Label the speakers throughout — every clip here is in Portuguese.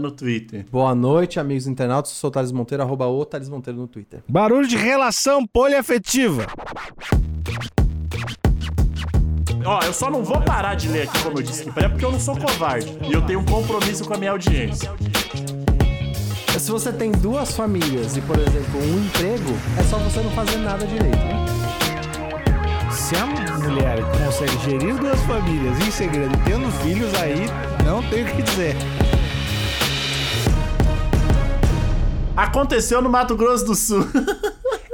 Speaker 1: no Twitter.
Speaker 2: Boa noite, amigos internautas. Eu sou o Thales Monteiro, arroba o Thales Monteiro no Twitter.
Speaker 3: Barulho de relação poliafetiva.
Speaker 1: Ó, eu só não vou parar de ler aqui, como eu disse, é porque eu não sou covarde e eu tenho um compromisso com a minha audiência.
Speaker 2: Se você tem duas famílias e, por exemplo, um emprego, é só você não fazer nada direito. Né?
Speaker 3: Se a mulher consegue gerir duas famílias em segredo, tendo filhos, aí não tem o que dizer.
Speaker 1: Aconteceu no Mato Grosso do Sul.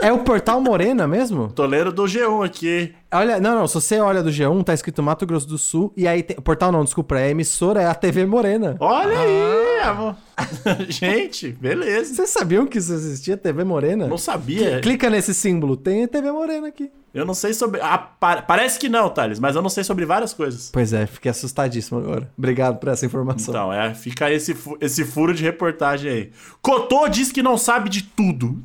Speaker 2: É o Portal Morena mesmo?
Speaker 1: Tô lendo do G1 aqui.
Speaker 2: Olha, não, não. Se você olha do G1, tá escrito Mato Grosso do Sul e aí tem, Portal não, desculpa, é a emissora, é a TV Morena.
Speaker 1: Olha aí, amor. Ah. Gente, beleza.
Speaker 2: Vocês sabiam que isso existia, TV Morena?
Speaker 1: Não sabia.
Speaker 2: Clica nesse símbolo, tem a TV Morena aqui.
Speaker 1: Eu não sei sobre. Ah, pa- Parece que não, Thales, mas eu não sei sobre várias coisas.
Speaker 2: Pois é, fiquei assustadíssimo agora. Obrigado por essa informação.
Speaker 1: Então, é, fica esse, fu- esse furo de reportagem aí. Cotô diz que não sabe de tudo.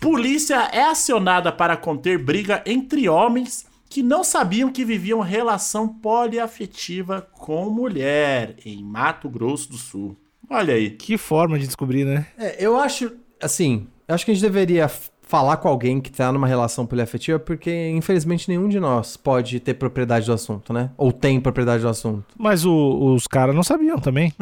Speaker 1: Polícia é acionada para conter briga entre homens que não sabiam que viviam relação poliafetiva com mulher em Mato Grosso do Sul. Olha aí.
Speaker 3: Que forma de descobrir, né?
Speaker 2: É, eu acho, assim, eu acho que a gente deveria f- falar com alguém que tá numa relação poliafetiva, porque infelizmente nenhum de nós pode ter propriedade do assunto, né? Ou tem propriedade do assunto.
Speaker 3: Mas o- os caras não sabiam também.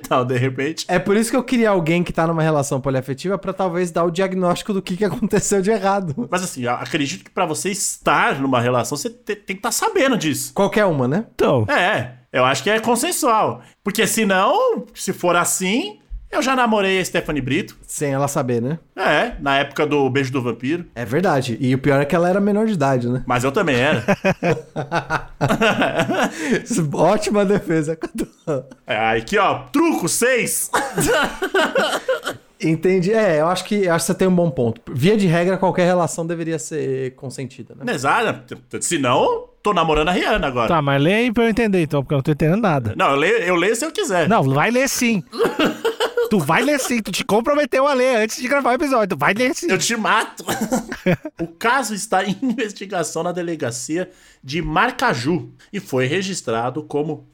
Speaker 1: Então, de repente.
Speaker 2: É por isso que eu queria alguém que tá numa relação poliafetiva pra talvez dar o diagnóstico do que, que aconteceu de errado.
Speaker 1: Mas assim, eu acredito que para você estar numa relação, você te- tem que estar sabendo disso.
Speaker 2: Qualquer uma, né?
Speaker 3: Então,
Speaker 1: É, eu acho que é consensual. Porque senão, se for assim, eu já namorei a Stephanie Brito.
Speaker 2: Sem ela saber, né?
Speaker 1: É, na época do Beijo do Vampiro.
Speaker 2: É verdade. E o pior é que ela era menor de idade, né?
Speaker 1: Mas eu também era.
Speaker 2: Ótima defesa, Cadu.
Speaker 1: É, aqui, ó, truco 6.
Speaker 2: Entendi. É, eu acho que eu acho que você tem um bom ponto. Via de regra, qualquer relação deveria ser consentida, né?
Speaker 1: Exato. Se não, tô namorando a Rihanna agora.
Speaker 3: tá, mas lê aí pra eu entender então, porque eu não tô entendendo nada.
Speaker 1: Não, eu leio, eu leio se eu quiser.
Speaker 3: Não, vai ler sim. tu vai ler sim, tu te comprometeu a ler antes de gravar o episódio. Tu vai ler sim.
Speaker 1: Eu te mato. o caso está em investigação na delegacia de Marcaju e foi registrado como,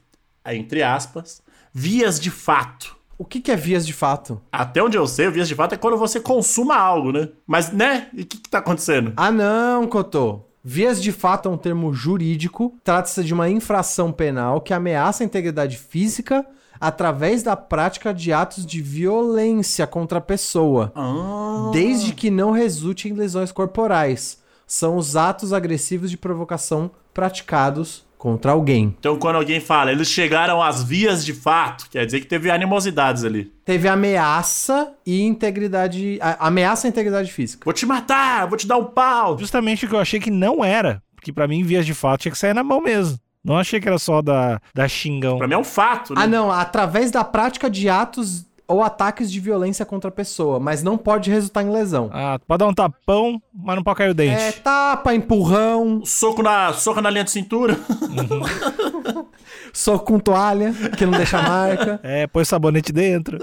Speaker 1: entre aspas, vias de fato.
Speaker 2: O que, que é vias de fato?
Speaker 1: Até onde eu sei, o vias de fato é quando você consuma algo, né? Mas, né? E o que, que tá acontecendo?
Speaker 2: Ah, não, Cotô. Vias de fato é um termo jurídico. Trata-se de uma infração penal que ameaça a integridade física através da prática de atos de violência contra a pessoa,
Speaker 1: Ah,
Speaker 2: desde que não resulte em lesões corporais. São os atos agressivos de provocação praticados contra alguém.
Speaker 1: Então, quando alguém fala, eles chegaram às vias de fato, quer dizer que teve animosidades ali.
Speaker 2: Teve ameaça e integridade. a- ameaça à integridade física.
Speaker 1: Vou te matar, vou te dar um pau.
Speaker 3: Justamente o que eu achei que não era, porque pra mim, vias de fato, tinha que sair na mão mesmo. Não achei que era só da, da xingão.
Speaker 1: Pra mim é um fato, né?
Speaker 2: Ah, não, através da prática de atos ou ataques de violência contra a pessoa, mas não pode resultar em lesão.
Speaker 3: Ah, pode dar um tapão, mas não pode cair o
Speaker 2: É,
Speaker 3: dente.
Speaker 2: tapa, empurrão,
Speaker 1: Soco na, soco na linha de cintura.
Speaker 2: soco com toalha, que não deixa marca.
Speaker 3: É, põe sabonete dentro.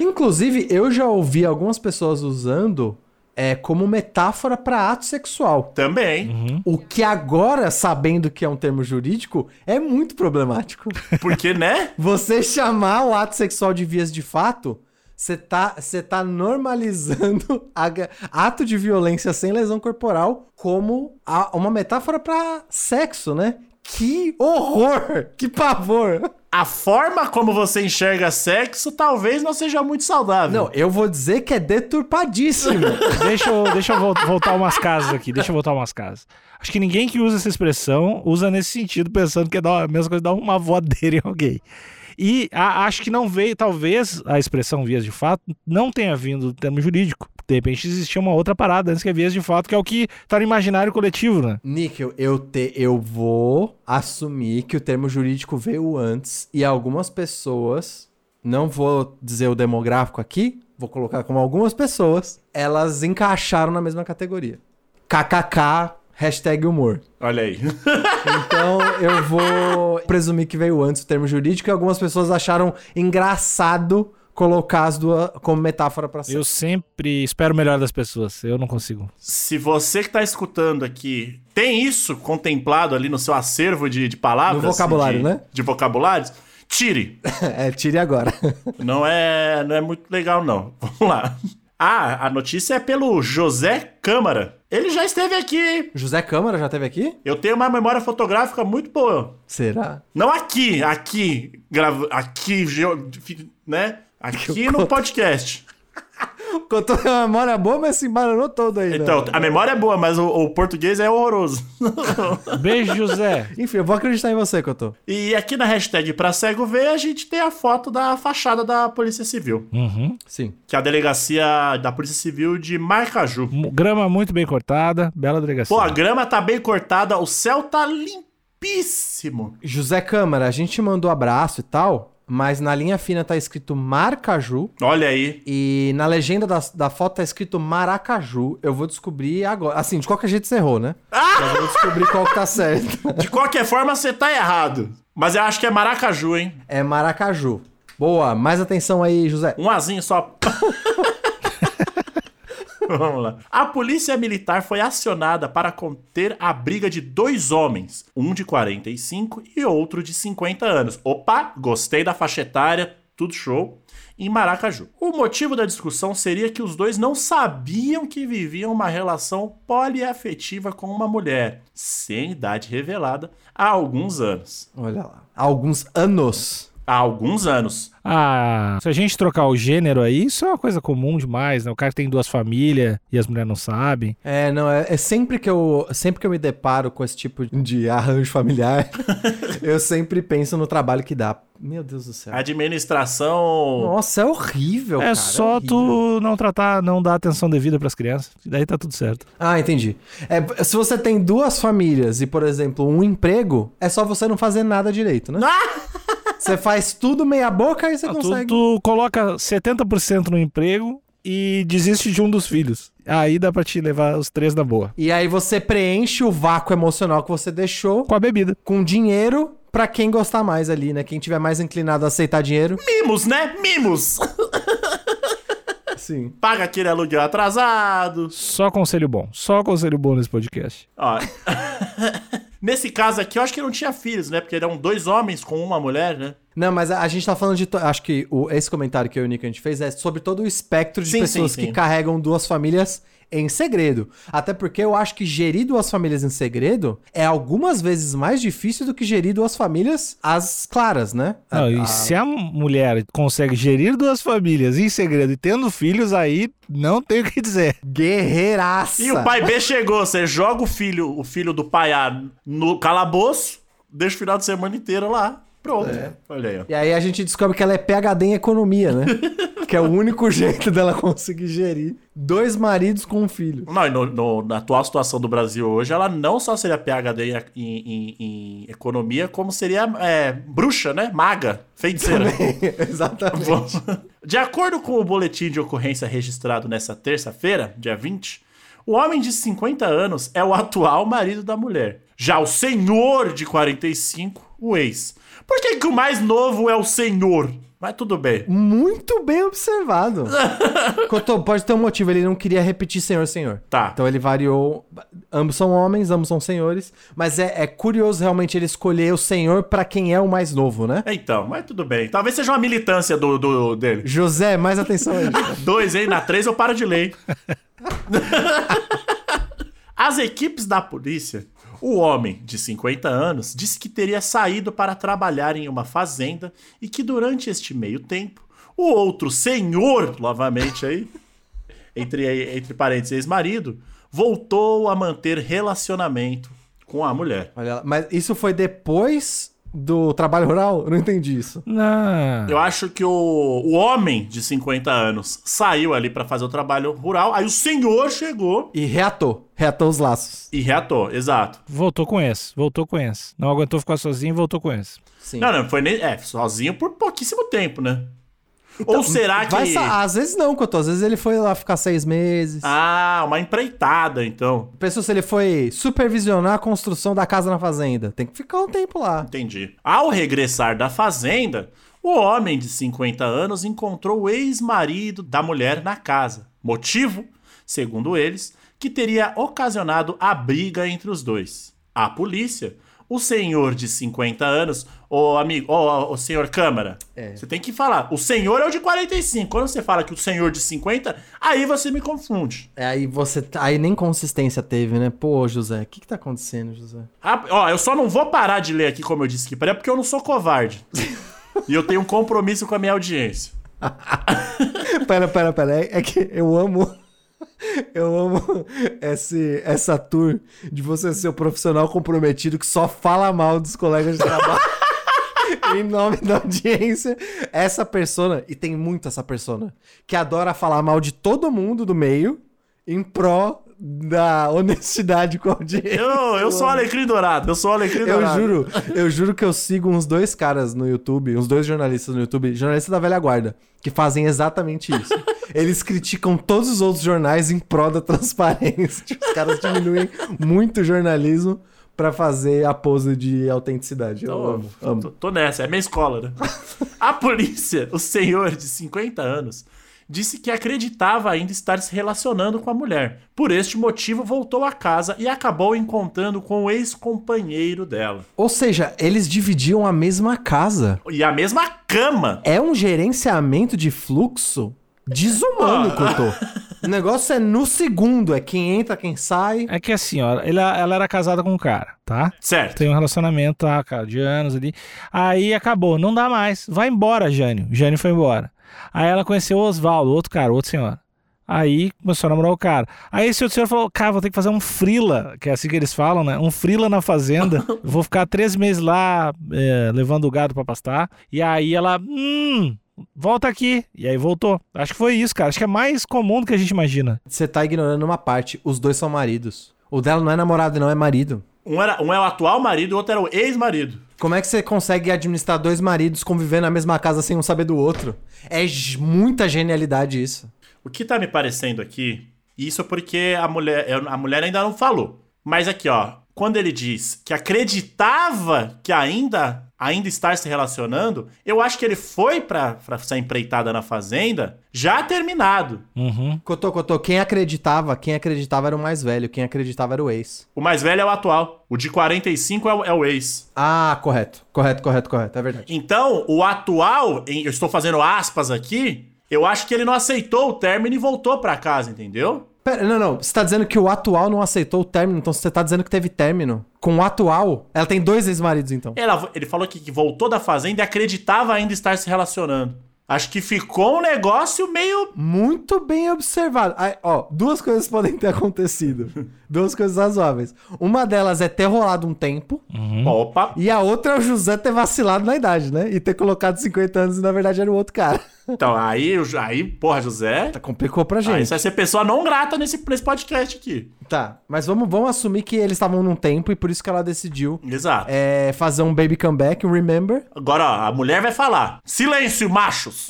Speaker 2: Inclusive, eu já ouvi algumas pessoas usando é, como metáfora para ato sexual.
Speaker 1: Também.
Speaker 2: O que agora, sabendo que é um termo jurídico, é muito problemático.
Speaker 1: Porque, né?
Speaker 2: Você chamar o ato sexual de vias de fato, você tá, você tá normalizando a ga- ato de violência sem lesão corporal como a- uma metáfora para sexo, né? Que horror! Que pavor!
Speaker 1: A forma como você enxerga sexo talvez não seja muito saudável.
Speaker 2: Não, eu vou dizer que é deturpadíssimo.
Speaker 3: Deixa eu, deixa eu vol- voltar umas casas aqui. Deixa eu voltar umas casas. Acho que ninguém que usa essa expressão usa nesse sentido, pensando que é dar- a mesma coisa dar uma voadeira em alguém. E a- acho que não veio, talvez a expressão vias de fato não tenha vindo do termo jurídico. De repente existia uma outra parada antes que é vias de fato, que é o que tá no imaginário coletivo, né?
Speaker 2: Níquel, eu, te, eu vou assumir que o termo jurídico veio antes e algumas pessoas, não vou dizer o demográfico aqui, vou colocar como algumas pessoas, elas encaixaram na mesma categoria. KKK, hashtag humor.
Speaker 1: Olha aí.
Speaker 2: Então eu vou presumir que veio antes o termo jurídico e algumas pessoas acharam engraçado colocar as duas como metáfora pra si.
Speaker 3: Eu sempre espero o melhor das pessoas. Eu não consigo.
Speaker 1: Se você que tá escutando aqui tem isso contemplado ali no seu acervo de, de palavras.
Speaker 2: No vocabulário,
Speaker 1: de-
Speaker 2: né?
Speaker 1: De vocabulários, tire.
Speaker 2: É, tire agora.
Speaker 1: Não é, não é muito legal, não. Vamos lá. Ah, a notícia é pelo José Câmara. Ele já esteve aqui.
Speaker 2: José Câmara já teve aqui?
Speaker 1: Eu tenho uma memória fotográfica muito boa.
Speaker 2: Será?
Speaker 1: Não aqui, aqui, grava, aqui, geo- fi- né? Aqui no
Speaker 2: conto.
Speaker 1: podcast.
Speaker 2: Contou uma memória boa, mas se embaranou todo aí. né?
Speaker 1: Então, a memória é boa, mas o, o português é horroroso.
Speaker 3: Beijo, José.
Speaker 2: Enfim, eu vou acreditar em você, Cotô.
Speaker 1: e aqui na hashtag pra cego ver, a gente tem a foto da fachada da Polícia Civil,
Speaker 3: Uhum.
Speaker 2: Sim.
Speaker 1: que é a delegacia da Polícia Civil de Marcaju.
Speaker 3: M- Grama muito bem cortada, bela delegacia.
Speaker 1: Pô, a grama tá bem cortada, o céu tá limpíssimo.
Speaker 2: José Câmara, a gente mandou abraço e tal, mas na linha fina tá escrito Marcaju
Speaker 1: Olha aí.
Speaker 2: e na legenda da, da foto tá escrito Maracaju. Eu vou descobrir agora. Assim, de qualquer jeito você errou, né? Mas eu vou descobrir qual que tá certo.
Speaker 1: De qualquer forma, você tá errado. Mas eu acho que é Maracaju, hein?
Speaker 2: É Maracaju. Boa, mais atenção aí, José.
Speaker 1: Um azinho só. Vamos lá. A polícia militar foi acionada para conter a briga de dois homens, um de 45 e outro de 50 anos. Opa, gostei da faixa etária, tudo show. Em Maracaju. O motivo da discussão seria que os dois não sabiam que viviam uma relação poliafetiva com uma mulher, sem idade revelada, há alguns anos.
Speaker 2: Olha lá. Alguns anos.
Speaker 1: Há alguns anos.
Speaker 3: Ah, se a gente trocar o gênero aí, isso é uma coisa comum demais, né? O cara tem duas famílias e as mulheres não sabem.
Speaker 2: É, não, é, é sempre que eu sempre que eu me deparo com esse tipo de arranjo familiar, eu sempre penso no trabalho que dá. Meu Deus do céu.
Speaker 1: Administração
Speaker 2: Nossa, é horrível,
Speaker 3: é
Speaker 2: cara.
Speaker 3: só
Speaker 2: horrível.
Speaker 3: tu não tratar, não dar atenção devida pras crianças. E daí tá tudo certo.
Speaker 2: Ah, entendi. É, se você tem duas famílias e, por exemplo, um emprego, é só você não fazer nada direito, né? Você faz tudo meia boca e você
Speaker 3: Ah, tu-
Speaker 2: consegue.
Speaker 3: tu, coloca 70% no emprego e desiste de um dos filhos. Aí dá pra te levar os três na boa.
Speaker 2: E aí você preenche o vácuo emocional que você deixou
Speaker 3: Com a bebida.
Speaker 2: com dinheiro pra quem gostar mais ali, né? Quem tiver mais inclinado a aceitar dinheiro.
Speaker 1: Mimos, né? Mimos!
Speaker 2: Sim.
Speaker 1: Paga aquele aluguel atrasado.
Speaker 3: Só conselho bom. Só conselho bom nesse podcast.
Speaker 1: Ó. Nesse caso aqui, eu acho que não tinha filhos, né? Porque eram dois homens com uma mulher, né?
Speaker 2: Não, mas a, a gente tá falando de. to- Acho que o- esse comentário que eu e o Nick a gente fez é sobre todo o espectro de
Speaker 1: Sim,
Speaker 2: pessoas
Speaker 1: sim, sim.
Speaker 2: que carregam duas famílias em segredo. Até porque eu acho que gerir duas famílias em segredo é algumas vezes mais difícil do que gerir duas famílias às claras, né?
Speaker 3: Não,
Speaker 2: A- a-
Speaker 3: e se a mulher consegue gerir duas famílias em segredo e tendo filhos, aí não tem o que dizer.
Speaker 2: Guerreiraça!
Speaker 1: E o pai B chegou, você joga o filho, o filho do pai A no calabouço, deixa o final de semana inteiro lá. Pronto. Olha aí, ó.
Speaker 2: E aí a gente descobre que ela é PhD em economia, né? que é o único jeito dela conseguir gerir dois maridos com um filho.
Speaker 1: Não, e no- no- na atual situação do Brasil hoje, ela não só seria PHD em, em- em- em economia, como seria é, bruxa, né? Maga, feiticeira.
Speaker 2: Exatamente.
Speaker 1: Vamos. Tá De acordo com o boletim de ocorrência registrado nesta terça-feira, dia 20, o homem de 50 anos é o atual marido da mulher. Já o senhor de 45, o ex. Por que, que o mais novo é o senhor? Mas tudo bem.
Speaker 2: Muito bem observado. Cotô, pode ter um motivo, ele não queria repetir senhor, senhor.
Speaker 1: Tá.
Speaker 2: Então ele variou. Ambos são homens, ambos são senhores. Mas é, é curioso realmente ele escolher o senhor pra quem é o mais novo, né?
Speaker 1: Então, mas tudo bem. Talvez seja uma militância do, do- dele.
Speaker 2: José, mais atenção aí.
Speaker 1: Dois, hein? Na três eu paro de ler. hein? As equipes da polícia, o homem de 50 anos disse que teria saído para trabalhar em uma fazenda e que durante este meio tempo, o outro senhor, novamente aí, entre, entre parênteses, ex-marido, voltou a manter relacionamento com a mulher.
Speaker 2: Olha lá. Mas isso foi depois do trabalho rural? Eu não entendi isso.
Speaker 3: Não.
Speaker 1: Eu acho que o, o homem de 50 anos saiu ali para fazer o trabalho rural, aí o senhor chegou
Speaker 2: E reatou. Reatou os laços.
Speaker 1: e reatou, exato.
Speaker 3: Voltou com esse, voltou com esse. Não aguentou ficar sozinho, voltou com esse.
Speaker 2: Sim.
Speaker 1: Não, não, foi nem. É, sozinho por pouquíssimo tempo, né? Ou será que.
Speaker 2: Então, Hum, Vai sa- Às vezes não, Cotô. Às vezes ele foi lá ficar seis meses.
Speaker 1: Ah, uma empreitada, então.
Speaker 2: Pensou se ele foi supervisionar a construção da casa na fazenda. Tem que ficar um tempo lá.
Speaker 1: Entendi. Ao regressar da fazenda, o homem de 50 anos encontrou o ex-marido da mulher na casa. Motivo, segundo eles, que teria ocasionado a briga entre os dois. A polícia, o senhor de 50 anos, ô amigo, ô, ô, ô, senhor Câmara,
Speaker 2: É.
Speaker 1: você tem que falar. O senhor é o de 45. Quando você fala que o senhor de 50, aí você me confunde.
Speaker 2: É, aí você. Aí nem consistência teve, né? Pô, José, o que, que tá acontecendo, José?
Speaker 1: Ah, Ó, eu só não vou parar de ler aqui como eu disse que para porque eu não sou covarde. e eu tenho um compromisso com a minha audiência.
Speaker 2: pera, pera, pera. É, é que eu amo. Eu amo esse, essa tour de você ser o profissional comprometido que só fala mal dos colegas de trabalho. em nome da audiência, essa persona, e tem muito essa persona, que adora falar mal de todo mundo do meio em pró da honestidade com a audiência.
Speaker 1: Eu, eu sou o Alecrim Dourado, eu sou o Alecrim
Speaker 2: Eu
Speaker 1: Dourado.
Speaker 2: juro, eu juro que eu sigo uns dois caras no YouTube, uns dois jornalistas no YouTube, jornalistas da velha guarda, que fazem exatamente isso. Eles criticam todos os outros jornais em prol da transparência. Tipo, Os caras diminuem muito o jornalismo pra fazer a pose de autenticidade. Eu
Speaker 1: Tô,
Speaker 2: amo, amo.
Speaker 1: tô- tô nessa, é minha escola, né? A polícia, o senhor de 50 anos, disse que acreditava ainda estar se relacionando com a mulher. Por este motivo, voltou a casa e acabou encontrando com o ex-companheiro dela.
Speaker 2: Ou seja, eles dividiam a mesma casa.
Speaker 1: E a mesma cama.
Speaker 2: É um gerenciamento de fluxo desumano, Couto. O negócio é no segundo, é quem entra, quem sai.
Speaker 3: É que assim, ó, ele- ela era casada com um cara, tá?
Speaker 1: Certo.
Speaker 3: Tem um relacionamento tá, cara, de anos ali. Aí acabou, não dá mais. Vai embora, Jânio. Jânio foi embora. Aí ela conheceu o Oswaldo, outro cara, outro senhor. Aí começou a namorar o cara. Aí esse outro senhor falou: Cara, vou ter que fazer um frila, que é assim que eles falam, né? Um frila na fazenda. Eu vou ficar três meses lá é, levando o gado pra pastar. E aí ela, hum, volta aqui. E aí voltou. Acho que foi isso, cara. Acho que é mais comum do que a gente imagina.
Speaker 2: Você tá ignorando uma parte. Os dois são maridos. O dela não é namorado, não, é marido.
Speaker 1: Um, era, um é o atual marido, o outro era o ex-marido.
Speaker 2: Como é que você consegue administrar dois maridos convivendo na mesma casa sem um saber do outro? É j- muita genialidade isso.
Speaker 1: O que tá me parecendo aqui, isso é porque a mulher, eu- a mulher ainda não falou. Mas aqui, ó, quando ele diz que acreditava que ainda ainda estar se relacionando, eu acho que ele foi pra, pra essa empreitada na fazenda já terminado.
Speaker 3: Uhum.
Speaker 2: Cotô, Cotô, quem acreditava, quem acreditava era o mais velho, quem acreditava era o ex.
Speaker 1: O mais velho é o atual, o de 45 é o, é o ex.
Speaker 2: Ah, correto. Correto, correto, correto. É verdade.
Speaker 1: Então, o atual, em- eu estou fazendo aspas aqui, eu acho que ele não aceitou o término e voltou pra casa, entendeu?
Speaker 2: Pera, não, não. Você tá dizendo que o atual não aceitou o término, então você tá dizendo que teve término. Com o atual, ela tem dois ex-maridos, então.
Speaker 1: Ela- ele falou que, que voltou da fazenda e acreditava ainda estar se relacionando. Acho que ficou um negócio meio.
Speaker 2: Muito bem observado. Aí, ó, duas coisas podem ter acontecido. duas coisas razoáveis. Uma delas é ter rolado um tempo.
Speaker 1: Opa!
Speaker 2: E a outra é o José ter vacilado na idade, né? E ter colocado 50 anos e na verdade era o outro cara.
Speaker 1: Então, aí, eu já- aí porra, José.
Speaker 2: Tá, complicou pra
Speaker 1: Aí
Speaker 2: gente.
Speaker 1: você vai ser pessoa não grata nesse, nesse podcast aqui.
Speaker 2: Tá, mas vamos, vamos assumir que eles estavam num tempo e por isso que ela decidiu
Speaker 1: Exato.
Speaker 2: é, fazer um baby comeback, um remember.
Speaker 1: Agora, ó, a mulher vai falar. Silêncio, machos!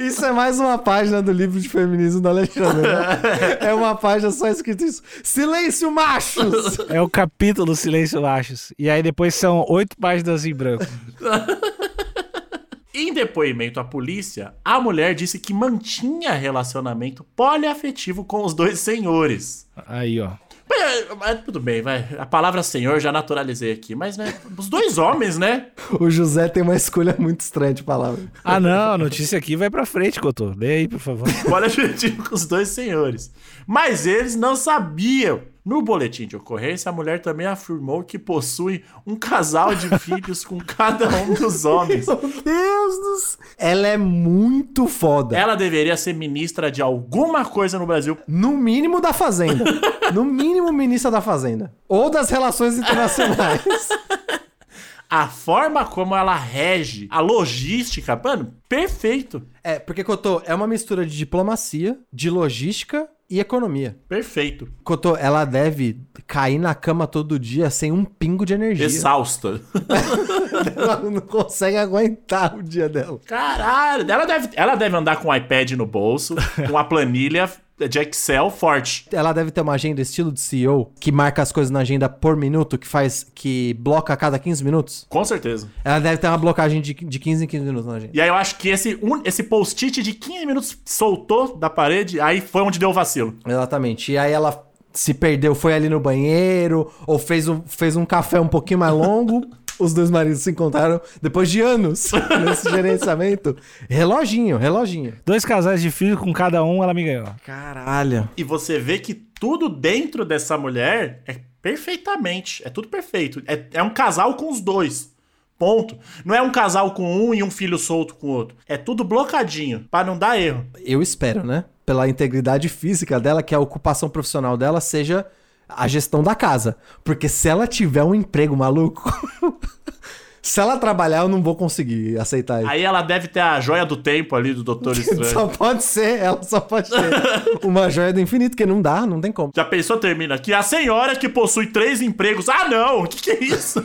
Speaker 2: Isso é mais uma página do livro de feminismo da Alexandra. né? É uma página só escrito isso. Silêncio, machos!
Speaker 3: É o capítulo Silêncio Baixos. E aí depois são oito páginas em branco.
Speaker 1: Em depoimento à polícia, a mulher disse que mantinha relacionamento poliafetivo com os dois senhores.
Speaker 3: Aí, ó.
Speaker 1: Mas, é, mas tudo bem, vai. A palavra senhor já naturalizei aqui, mas né, os dois homens, né?
Speaker 2: O José tem uma escolha muito estranha de palavra.
Speaker 3: Ah, não, a notícia aqui vai pra frente, Cotô. Lê aí, por favor.
Speaker 1: poliafetivo com os dois senhores. Mas eles não sabiam. No boletim de ocorrência, a mulher também afirmou que possui um casal de filhos com cada um dos homens.
Speaker 2: Meu Deus do céu. Ela é muito foda.
Speaker 1: Ela deveria ser ministra de alguma coisa no Brasil.
Speaker 2: No mínimo da Fazenda. No mínimo, ministra da Fazenda. Ou das Relações Internacionais.
Speaker 1: A forma como ela rege, a logística, mano, perfeito.
Speaker 2: É, porque Cotô é uma mistura de diplomacia, de logística e economia.
Speaker 1: Perfeito.
Speaker 2: Cotô, ela deve cair na cama todo dia sem um pingo de energia.
Speaker 1: Exausta.
Speaker 2: Ela não consegue aguentar o dia dela.
Speaker 1: Caralho. Ela deve, ela deve andar com um iPad no bolso, com a planilha de Excel forte.
Speaker 2: Ela deve ter uma agenda estilo de CEO que marca as coisas na agenda por minuto, que faz que bloca a cada 15 minutos.
Speaker 1: Com certeza.
Speaker 2: Ela deve ter uma blocagem de, de 15 em 15 minutos na agenda.
Speaker 1: E aí eu acho que esse, um- esse post-it de 15 minutos soltou da parede, aí foi onde deu o vacilo.
Speaker 2: Exatamente. E aí ela se perdeu, foi ali no banheiro, ou fez um, fez um café um pouquinho mais longo. Os dois maridos se encontraram depois de anos nesse gerenciamento. Reloginho, reloginho.
Speaker 3: Dois casais de filho, com cada um ela me ganhou.
Speaker 2: Caralho.
Speaker 1: E você vê que tudo dentro dessa mulher é perfeitamente, é tudo perfeito. É, é um casal com os dois. Ponto. Não é um casal com um e um filho solto com o outro. É tudo blocadinho, pra não dar erro.
Speaker 2: Eu espero, né? Pela integridade física dela, que a ocupação profissional dela seja a gestão da casa. Porque se ela tiver um emprego maluco. se ela trabalhar, eu não vou conseguir aceitar isso.
Speaker 1: Aí ela deve ter a joia do tempo ali do Doutor Estranho.
Speaker 2: Só pode ser, ela só pode ser uma joia do infinito, que não dá, não tem como.
Speaker 1: Já pensou, termina aqui? A senhora que possui três empregos. Ah, não! O que, que é isso?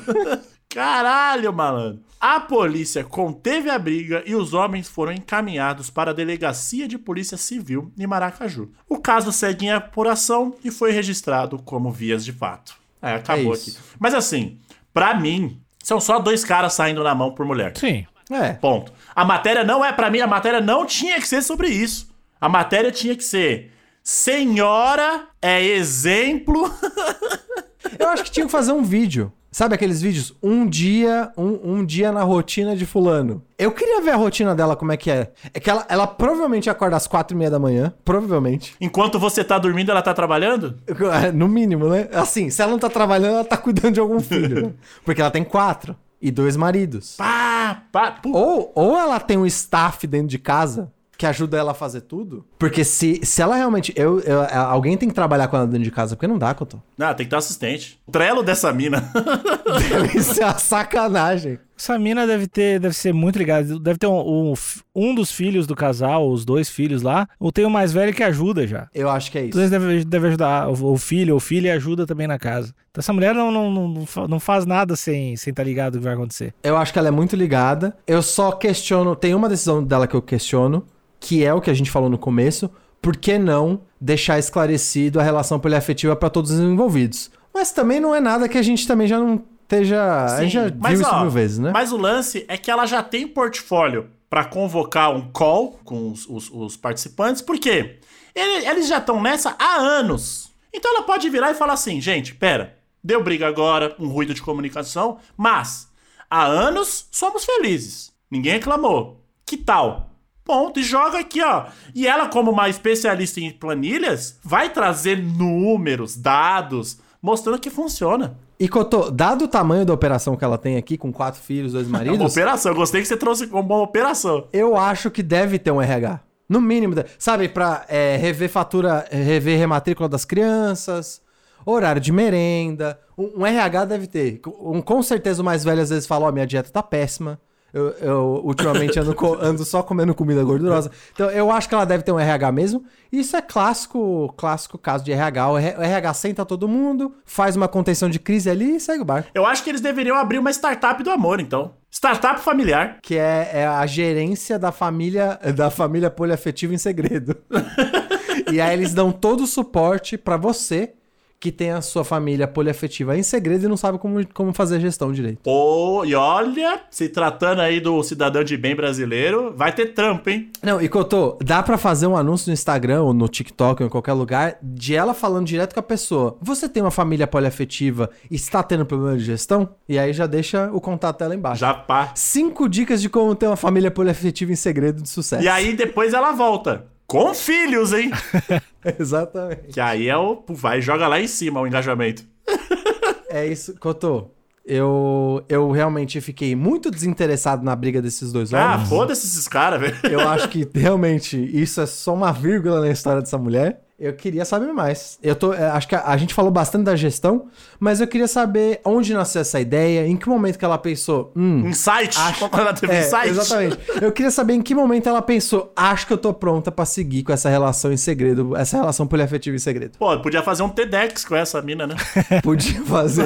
Speaker 1: Caralho, malandro. A polícia conteve a briga e os homens foram encaminhados para a delegacia de polícia civil em Maracaju. O caso segue em apuração e foi registrado como vias de fato. É, acabou
Speaker 2: É
Speaker 1: aqui.
Speaker 2: isso.
Speaker 1: Mas assim, pra mim, são só dois caras saindo na mão por mulher.
Speaker 3: Sim.
Speaker 2: É.
Speaker 1: Ponto. A matéria não é pra mim, a matéria não tinha que ser sobre isso. A matéria tinha que ser Senhora é exemplo.
Speaker 2: Eu acho que tinha que fazer um vídeo. Sabe aqueles vídeos? Um dia, um, um dia na rotina de fulano. Eu queria ver a rotina dela, como é que é. É que ela, ela provavelmente acorda às quatro e meia da manhã. Provavelmente.
Speaker 1: Enquanto você tá dormindo, ela tá trabalhando?
Speaker 2: É, No mínimo, né? Assim, se ela não tá trabalhando, ela tá cuidando de algum filho. né? Porque ela tem quatro e dois maridos.
Speaker 1: Pá, pá, pu-
Speaker 2: Ou, ou ela tem um staff dentro de casa que ajuda ela a fazer tudo. Porque se, se ela realmente. Eu, eu- alguém tem que trabalhar com ela dentro de casa, porque não dá, Cotô.
Speaker 1: Não, tem que ter um assistente. O trelo dessa mina.
Speaker 2: Isso é uma sacanagem.
Speaker 3: Essa mina deve ter, deve ser muito ligada. Deve ter um, um, um dos filhos do casal, os dois filhos lá, ou tem o mais velho que ajuda já.
Speaker 2: Eu acho que é isso.
Speaker 3: Às vezes deve, deve ajudar o, o filho ou filha ajuda também na casa. Então essa mulher não, não, não, fa- não faz nada sem estar tá ligado o que vai acontecer.
Speaker 2: Eu acho que ela é muito ligada. Eu só questiono. Tem uma decisão dela que eu questiono, que é o que a gente falou no começo. Por que não deixar esclarecido a relação poliafetiva para todos os envolvidos? Mas também não é nada que a gente também já não esteja. a gente Ah, já viu isso mil vezes, né?
Speaker 1: Mas o lance é que ela já tem portfólio pra convocar um call com os, os- os participantes, porque eles já estão nessa há anos. Então ela pode virar e falar assim, gente, pera, deu briga agora, um ruído de comunicação, mas há anos somos felizes. Ninguém reclamou. Que tal? Ponto, e joga aqui, ó. E ela, como uma especialista em planilhas, vai trazer números, dados, mostrando que funciona.
Speaker 2: E Cotô, dado o tamanho da operação que ela tem aqui, com quatro filhos, dois
Speaker 1: É uma
Speaker 2: maridos,
Speaker 1: operação, eu gostei que você trouxe como uma operação.
Speaker 2: eu acho que deve ter um RH. No mínimo, de- sabe, pra é, rever fatura, rever rematrícula das crianças, horário de merenda. Um, um RH deve ter. Um, com certeza o mais velho às vezes fala, ó, minha dieta tá péssima. Eu, eu ultimamente ando, co- ando só comendo comida gordurosa. Então eu acho que ela deve ter um RH mesmo. Isso é clássico, clássico caso de RH. O RH senta todo mundo, faz uma contenção de crise ali e segue o barco.
Speaker 1: Eu acho que eles deveriam abrir uma startup do amor, então. Startup familiar.
Speaker 2: que é, é a gerência da família da família poliafetiva em segredo. e aí eles dão todo o suporte pra você que tem a sua família poliafetiva em segredo e não sabe como, como fazer a gestão direito.
Speaker 1: Pô, e olha, se tratando aí do cidadão de bem brasileiro, vai ter trampo, hein?
Speaker 2: Não, e Cotô, dá pra fazer um anúncio no Instagram ou no TikTok ou em qualquer lugar de ela falando direto com a pessoa. Você tem uma família poliafetiva e está tendo problema de gestão? E aí já deixa o contato dela embaixo.
Speaker 1: Já pá.
Speaker 2: Cinco dicas de como ter uma família poliafetiva em segredo de sucesso.
Speaker 1: E aí depois ela volta. Com filhos, hein?
Speaker 2: Exatamente.
Speaker 1: que aí é o. Vai, joga lá em cima o engajamento.
Speaker 2: É isso, Cotô. Eu, eu realmente fiquei muito desinteressado na briga desses dois
Speaker 1: Ah,
Speaker 2: homens.
Speaker 1: foda-se esses caras, velho.
Speaker 2: eu acho que realmente isso é só uma vírgula na história dessa mulher. Eu queria saber mais. Eu tô, é, acho que a, a gente falou bastante da gestão, mas eu queria saber onde nasceu essa ideia, em que momento que ela pensou, hum,
Speaker 1: Insight?
Speaker 2: Acho-
Speaker 1: Quando ela teve
Speaker 2: é,
Speaker 1: insight?
Speaker 2: exatamente. Eu queria saber em que momento ela pensou, acho que eu tô pronta pra seguir com essa relação em segredo, essa relação poliafetiva em segredo.
Speaker 1: Pô, podia fazer um TEDx com essa mina, né?
Speaker 2: Podia fazer.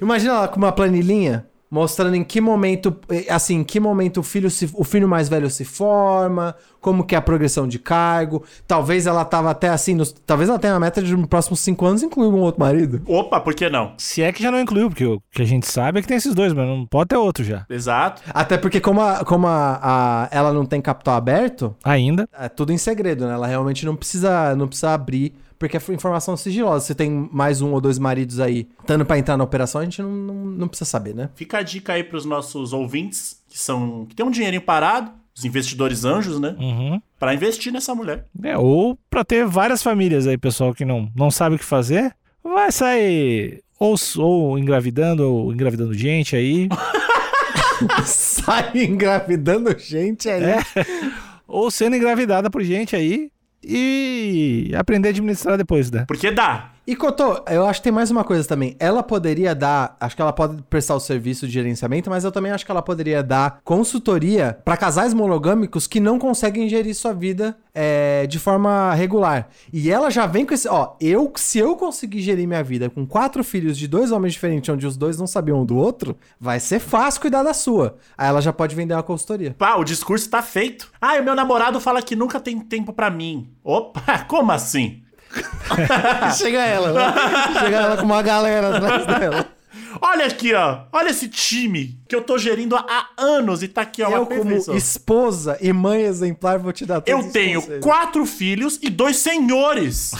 Speaker 2: Imagina ela com uma planilhinha mostrando em que momento, eh, assim, em que momento o filho, se- o filho mais velho se forma, como que é a progressão de cargo. Talvez ela tava até assim, nos- talvez ela tenha uma meta de nos próximos cinco anos incluir um outro marido.
Speaker 1: Opa, por que não?
Speaker 3: Se é que já não incluiu, porque o que a gente sabe é que tem esses dois, mas não pode ter outro já.
Speaker 1: Exato.
Speaker 2: Até porque como, a- como a- a- ela não tem capital aberto,
Speaker 3: Ainda.
Speaker 2: é tudo em segredo, né? Ela realmente não precisa, não precisa abrir, porque é informação sigilosa. Se tem mais um ou dois maridos aí, estando pra entrar na operação, a gente não, não, não precisa saber, né?
Speaker 1: Fica a dica aí pros nossos ouvintes, que são que tem um dinheirinho parado, os investidores anjos, né?
Speaker 3: Uhum.
Speaker 1: Pra investir nessa mulher.
Speaker 3: É, ou pra ter várias famílias aí, pessoal que não, não sabe o que fazer, vai sair ou, ou engravidando, ou engravidando gente aí,
Speaker 2: Sai engravidando gente aí.
Speaker 3: É. ou sendo engravidada por gente aí e aprender a administrar depois, né?
Speaker 1: Porque dá.
Speaker 2: E Cotô, eu acho que tem mais uma coisa também. Ela poderia dar, acho que ela pode prestar o serviço de gerenciamento, mas eu também acho que ela poderia dar consultoria pra casais monogâmicos que não conseguem gerir sua vida é, de forma regular. E ela já vem com esse, ó, eu se eu conseguir gerir minha vida com quatro filhos de dois homens diferentes, onde os dois não sabiam um do outro, vai ser fácil cuidar da sua. Aí ela já pode vender uma consultoria.
Speaker 1: Pá, o discurso tá feito. Ah, e o meu namorado fala que nunca tem tempo pra mim. Opa, como assim?
Speaker 2: Chega ela, né? Chega ela com uma galera atrás dela.
Speaker 1: Olha aqui, ó. Olha esse time que eu tô gerindo há anos e tá aqui, ó.
Speaker 2: Eu,
Speaker 1: uma
Speaker 2: como
Speaker 1: perfeição.
Speaker 2: esposa e mãe exemplar, vou te dar todos
Speaker 1: Eu
Speaker 2: os
Speaker 1: tenho
Speaker 2: conselhos.
Speaker 1: quatro filhos e dois senhores.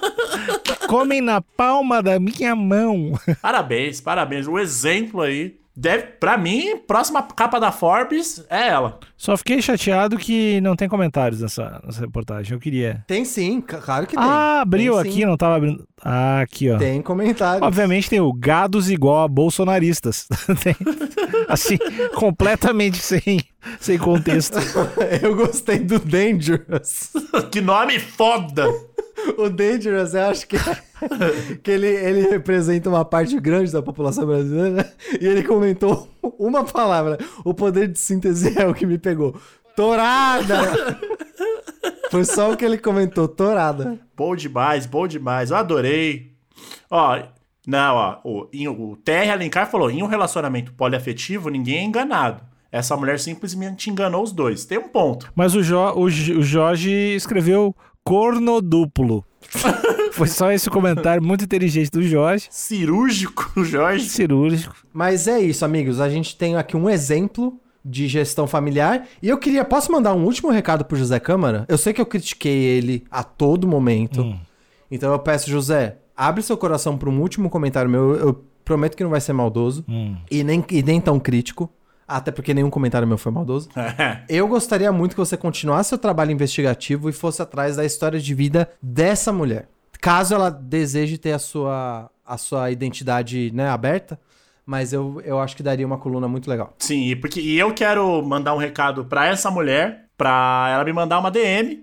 Speaker 3: Comem na palma da minha mão.
Speaker 1: parabéns, parabéns. O exemplo aí. Deve, pra mim, próxima capa da Forbes é ela.
Speaker 3: Só fiquei chateado que não tem comentários nessa, nessa reportagem. Eu queria.
Speaker 2: Tem sim, c- claro que tem.
Speaker 3: Ah, abriu
Speaker 2: Tem sim.
Speaker 3: aqui, não tava abrindo. Ah, aqui, ó.
Speaker 2: Tem comentário.
Speaker 3: Obviamente tem o gados igual a bolsonaristas. Tem, assim, completamente sem, sem contexto.
Speaker 2: Eu gostei do Dangerous.
Speaker 1: Que nome foda!
Speaker 2: O Dangerous, eu acho que, que ele, ele representa uma parte grande da população brasileira. E ele comentou uma palavra. O poder de síntese é o que me pegou. Torada! Foi só o que ele comentou, torada.
Speaker 1: Bom demais, bom demais. Eu adorei. Ó, não, ó. O, em- o TR Alencar falou: em um relacionamento poliafetivo, ninguém é enganado. Essa mulher simplesmente enganou os dois. Tem um ponto.
Speaker 3: Mas o, Jo- o Jo- o Jorge escreveu corno duplo. Foi só esse comentário muito inteligente do Jorge.
Speaker 1: Cirúrgico, Jorge.
Speaker 3: Cirúrgico.
Speaker 2: Mas é isso, amigos. A gente tem aqui um exemplo de gestão familiar. E eu queria. Posso mandar um último recado pro José Câmara? Eu sei que eu critiquei ele a todo momento. Então eu peço, José, abre seu coração para um último comentário meu. Eu prometo que não vai ser maldoso. E, nem, e nem tão crítico. Até porque nenhum comentário meu foi maldoso.
Speaker 1: É.
Speaker 2: Eu gostaria muito que você continuasse seu trabalho investigativo e fosse atrás da história de vida dessa mulher. Caso ela deseje ter a sua, a sua identidade né, aberta, mas eu, eu acho que daria uma coluna muito legal.
Speaker 1: Sim, e porque e eu quero mandar um recado pra essa mulher, pra ela me mandar uma DM.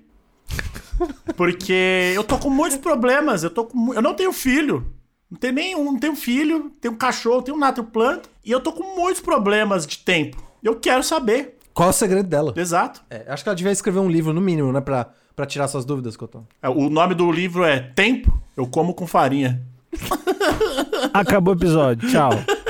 Speaker 1: Porque eu tô com muitos problemas, eu tô com, mu- eu não tenho filho. Não tenho nenhum, não tenho filho, tenho um cachorro, tenho um nato planta e eu tô com muitos problemas de tempo. Eu quero saber.
Speaker 2: Qual é o segredo dela?
Speaker 1: Exato.
Speaker 2: É, acho que ela devia escrever um livro, no mínimo, né? Pra, pra tirar suas dúvidas, Cotão.
Speaker 1: É, O nome do livro é Tempo, eu como com farinha.
Speaker 3: Acabou o episódio. Tchau.